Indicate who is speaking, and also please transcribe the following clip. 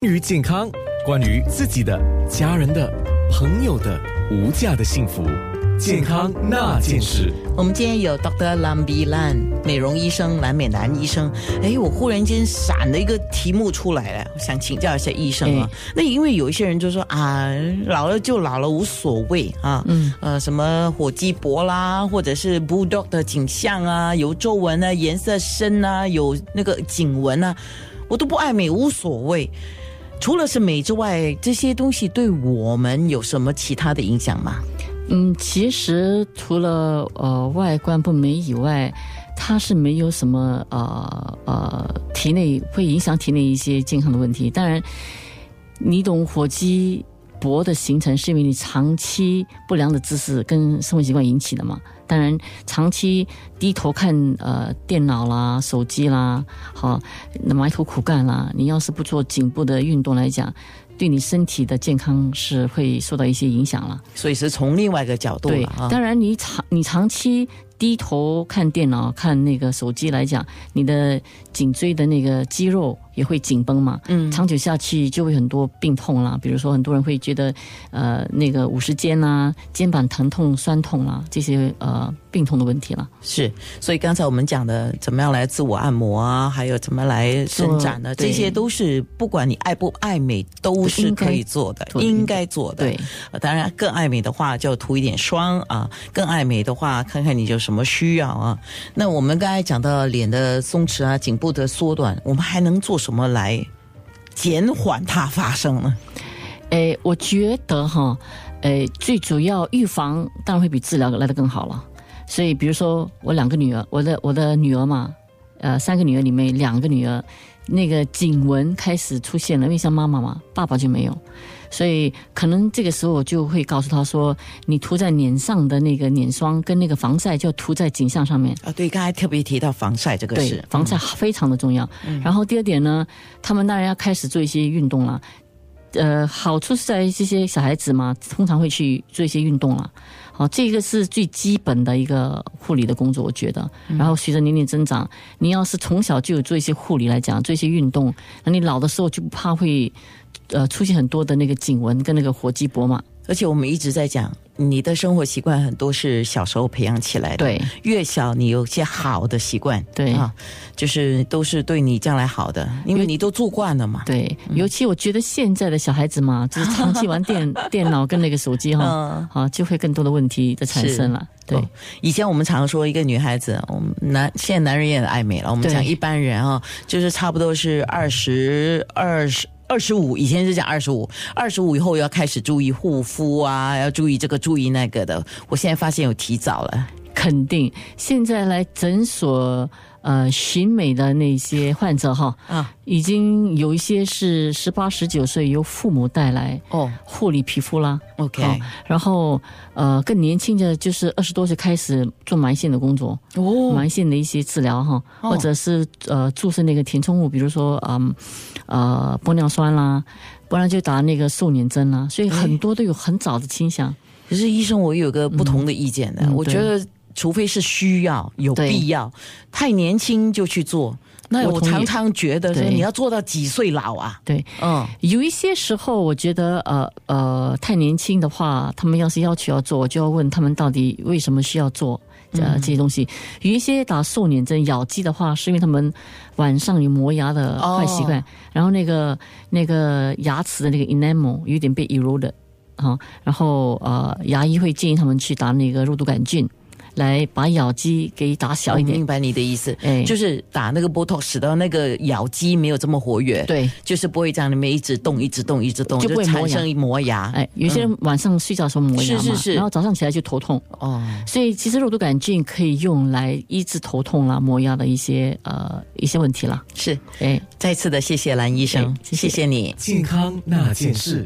Speaker 1: 关于健康，关于自己的、家人的、朋友的无价的幸福，健康那件事。
Speaker 2: 我们今天有 Dr. Lam b i Lan 美容医生蓝美兰医生，哎，我忽然间闪了一个题目出来了，我想请教一下医生啊。那因为有一些人就说啊，老了就老了，无所谓啊，嗯，呃，什么火鸡脖啦，或者是 Bulldog 的颈项啊，有皱纹啊，颜色深啊，有那个颈纹啊，我都不爱美，无所谓。除了是美之外，这些东西对我们有什么其他的影响吗？
Speaker 3: 嗯，其实除了呃外观不美以外，它是没有什么呃呃体内会影响体内一些健康的问题。当然，你懂火鸡脖的形成是因为你长期不良的姿势跟生活习惯引起的嘛。当然，长期低头看呃电脑啦、手机啦，好那埋头苦干啦，你要是不做颈部的运动来讲，对你身体的健康是会受到一些影响了。
Speaker 2: 所以是从另外一个角度
Speaker 3: 对
Speaker 2: 了，啊。
Speaker 3: 当然你长你长期低头看电脑、看那个手机来讲，你的颈椎的那个肌肉也会紧绷嘛。
Speaker 2: 嗯
Speaker 3: 长久下去就会很多病痛啦，比如说很多人会觉得，呃，那个五十肩啦、肩膀疼痛、酸痛啦，这些呃病痛的问题啦。
Speaker 2: 是，所以刚才我们讲的怎么样来自我按摩啊，还有怎么来伸展呢？
Speaker 3: 做对
Speaker 2: 这些都是不管你爱不爱美，都是可以做的，
Speaker 3: 做的
Speaker 2: 应该做的。
Speaker 3: 对，
Speaker 2: 呃，当然更爱美的话就涂一点霜啊，更爱美的话看看你有什么需要啊。那我们刚才讲到脸的松弛啊，颈部的缩短，我们还能做什么来减缓它发生呢？
Speaker 3: 诶，我觉得哈，诶，最主要预防当然会比治疗来的更好了。所以，比如说我两个女儿，我的我的女儿嘛，呃，三个女儿里面两个女儿，那个颈纹开始出现了，因为像妈妈嘛，爸爸就没有，所以可能这个时候我就会告诉她说，你涂在脸上的那个脸霜跟那个防晒就要涂在颈项上面，
Speaker 2: 啊，对，刚才特别提到防晒这个
Speaker 3: 对
Speaker 2: 事，，嗯
Speaker 3: 防晒非常的重要。然后第二点呢，他们当然要开始做一些运动了。呃，好处是在于这些小孩子嘛，通常会去做一些运动了。好，这个是最基本的一个护理的工作，我觉得。
Speaker 2: 嗯
Speaker 3: 然后随着年龄增长，你要是从小就有做一些护理来讲，做一些运动，那你老的时候就不怕会呃出现很多的那个颈纹跟那个火鸡脖嘛。
Speaker 2: 而且我们一直在讲，你的生活习惯很多是小时候培养起来的。，
Speaker 3: 对
Speaker 2: 越小你有些好的习惯，
Speaker 3: 对
Speaker 2: 啊，就是都是对你将来好的，因为你都做惯了嘛。
Speaker 3: 对，尤其我觉得现在的小孩子嘛，就是长期玩 电电脑跟那个手机哈。
Speaker 2: 嗯，
Speaker 3: 好，就会更多的问题的产生了。对
Speaker 2: 哦，以前我们常说一个女孩子，我们男现在男人也很爱美了。我们
Speaker 3: 对
Speaker 2: 讲一般人啊，就是差不多是二十二十。二十五，以前是讲二十五，二十五以后要开始注意护肤啊，要注意这个，注意那个的。我现在发现有提早了，
Speaker 3: 肯定现在来诊所呃寻美的那些患者哈，
Speaker 2: 啊，
Speaker 3: 已经有一些是十八、十九岁由父母带来
Speaker 2: 哦
Speaker 3: 护理皮肤啦。
Speaker 2: ，OK，
Speaker 3: 好哦然后呃更年轻的就是二十多岁开始做埋线的工作，
Speaker 2: 哦
Speaker 3: 埋线的一些治疗哈，
Speaker 2: 哦
Speaker 3: 或者是呃注射那个填充物，比如说嗯呃玻尿酸啦，不然就打那个瘦脸针啦，所以很多都有很早的倾向。
Speaker 2: 可是医生，我有个不同的意见的，
Speaker 3: 嗯
Speaker 2: 我觉得除非是需要有
Speaker 3: 对
Speaker 2: 必要，太年轻就去做。那
Speaker 3: 我
Speaker 2: 我
Speaker 3: 同
Speaker 2: 常
Speaker 3: 意
Speaker 2: 常觉得说，
Speaker 3: 对
Speaker 2: 你要做到几岁老啊？
Speaker 3: 对，
Speaker 2: 嗯，
Speaker 3: 有一些时候，我觉得呃呃太年轻的话，他们要是要求要做，我就要问他们到底为什么需要做。呃，
Speaker 2: 嗯
Speaker 3: 这些东西，有一些打瘦脸针、咬肌的话，是因为他们晚上有磨牙的
Speaker 2: 哦
Speaker 3: 坏习惯，然后那个那个牙齿的那个 enamel 有点被 eroded 啊，然后呃，牙医会建议他们去打那个肉毒杆菌，来把咬肌给打小
Speaker 2: 我
Speaker 3: 一点
Speaker 2: 哦明。白你的意思，
Speaker 3: 哎
Speaker 2: 就是打那个 Botox 使到那个咬肌没有这么活跃，，
Speaker 3: 对，
Speaker 2: 就是不会这样里面一直动、一直动、一直动，
Speaker 3: 就不会磨牙
Speaker 2: 产生磨牙。
Speaker 3: 哎，有些人晚上睡觉的时候磨牙嘛，
Speaker 2: 嗯是是是
Speaker 3: 然后早上起来就头痛。
Speaker 2: 哦，
Speaker 3: 所以其实肉毒杆菌可以用来医治头痛啦、磨牙的一些呃一些问题啦。
Speaker 2: 是。
Speaker 3: 哎，
Speaker 2: 再次的谢谢蓝医生，
Speaker 3: 哎谢谢
Speaker 2: 谢你。
Speaker 1: 健康那件事。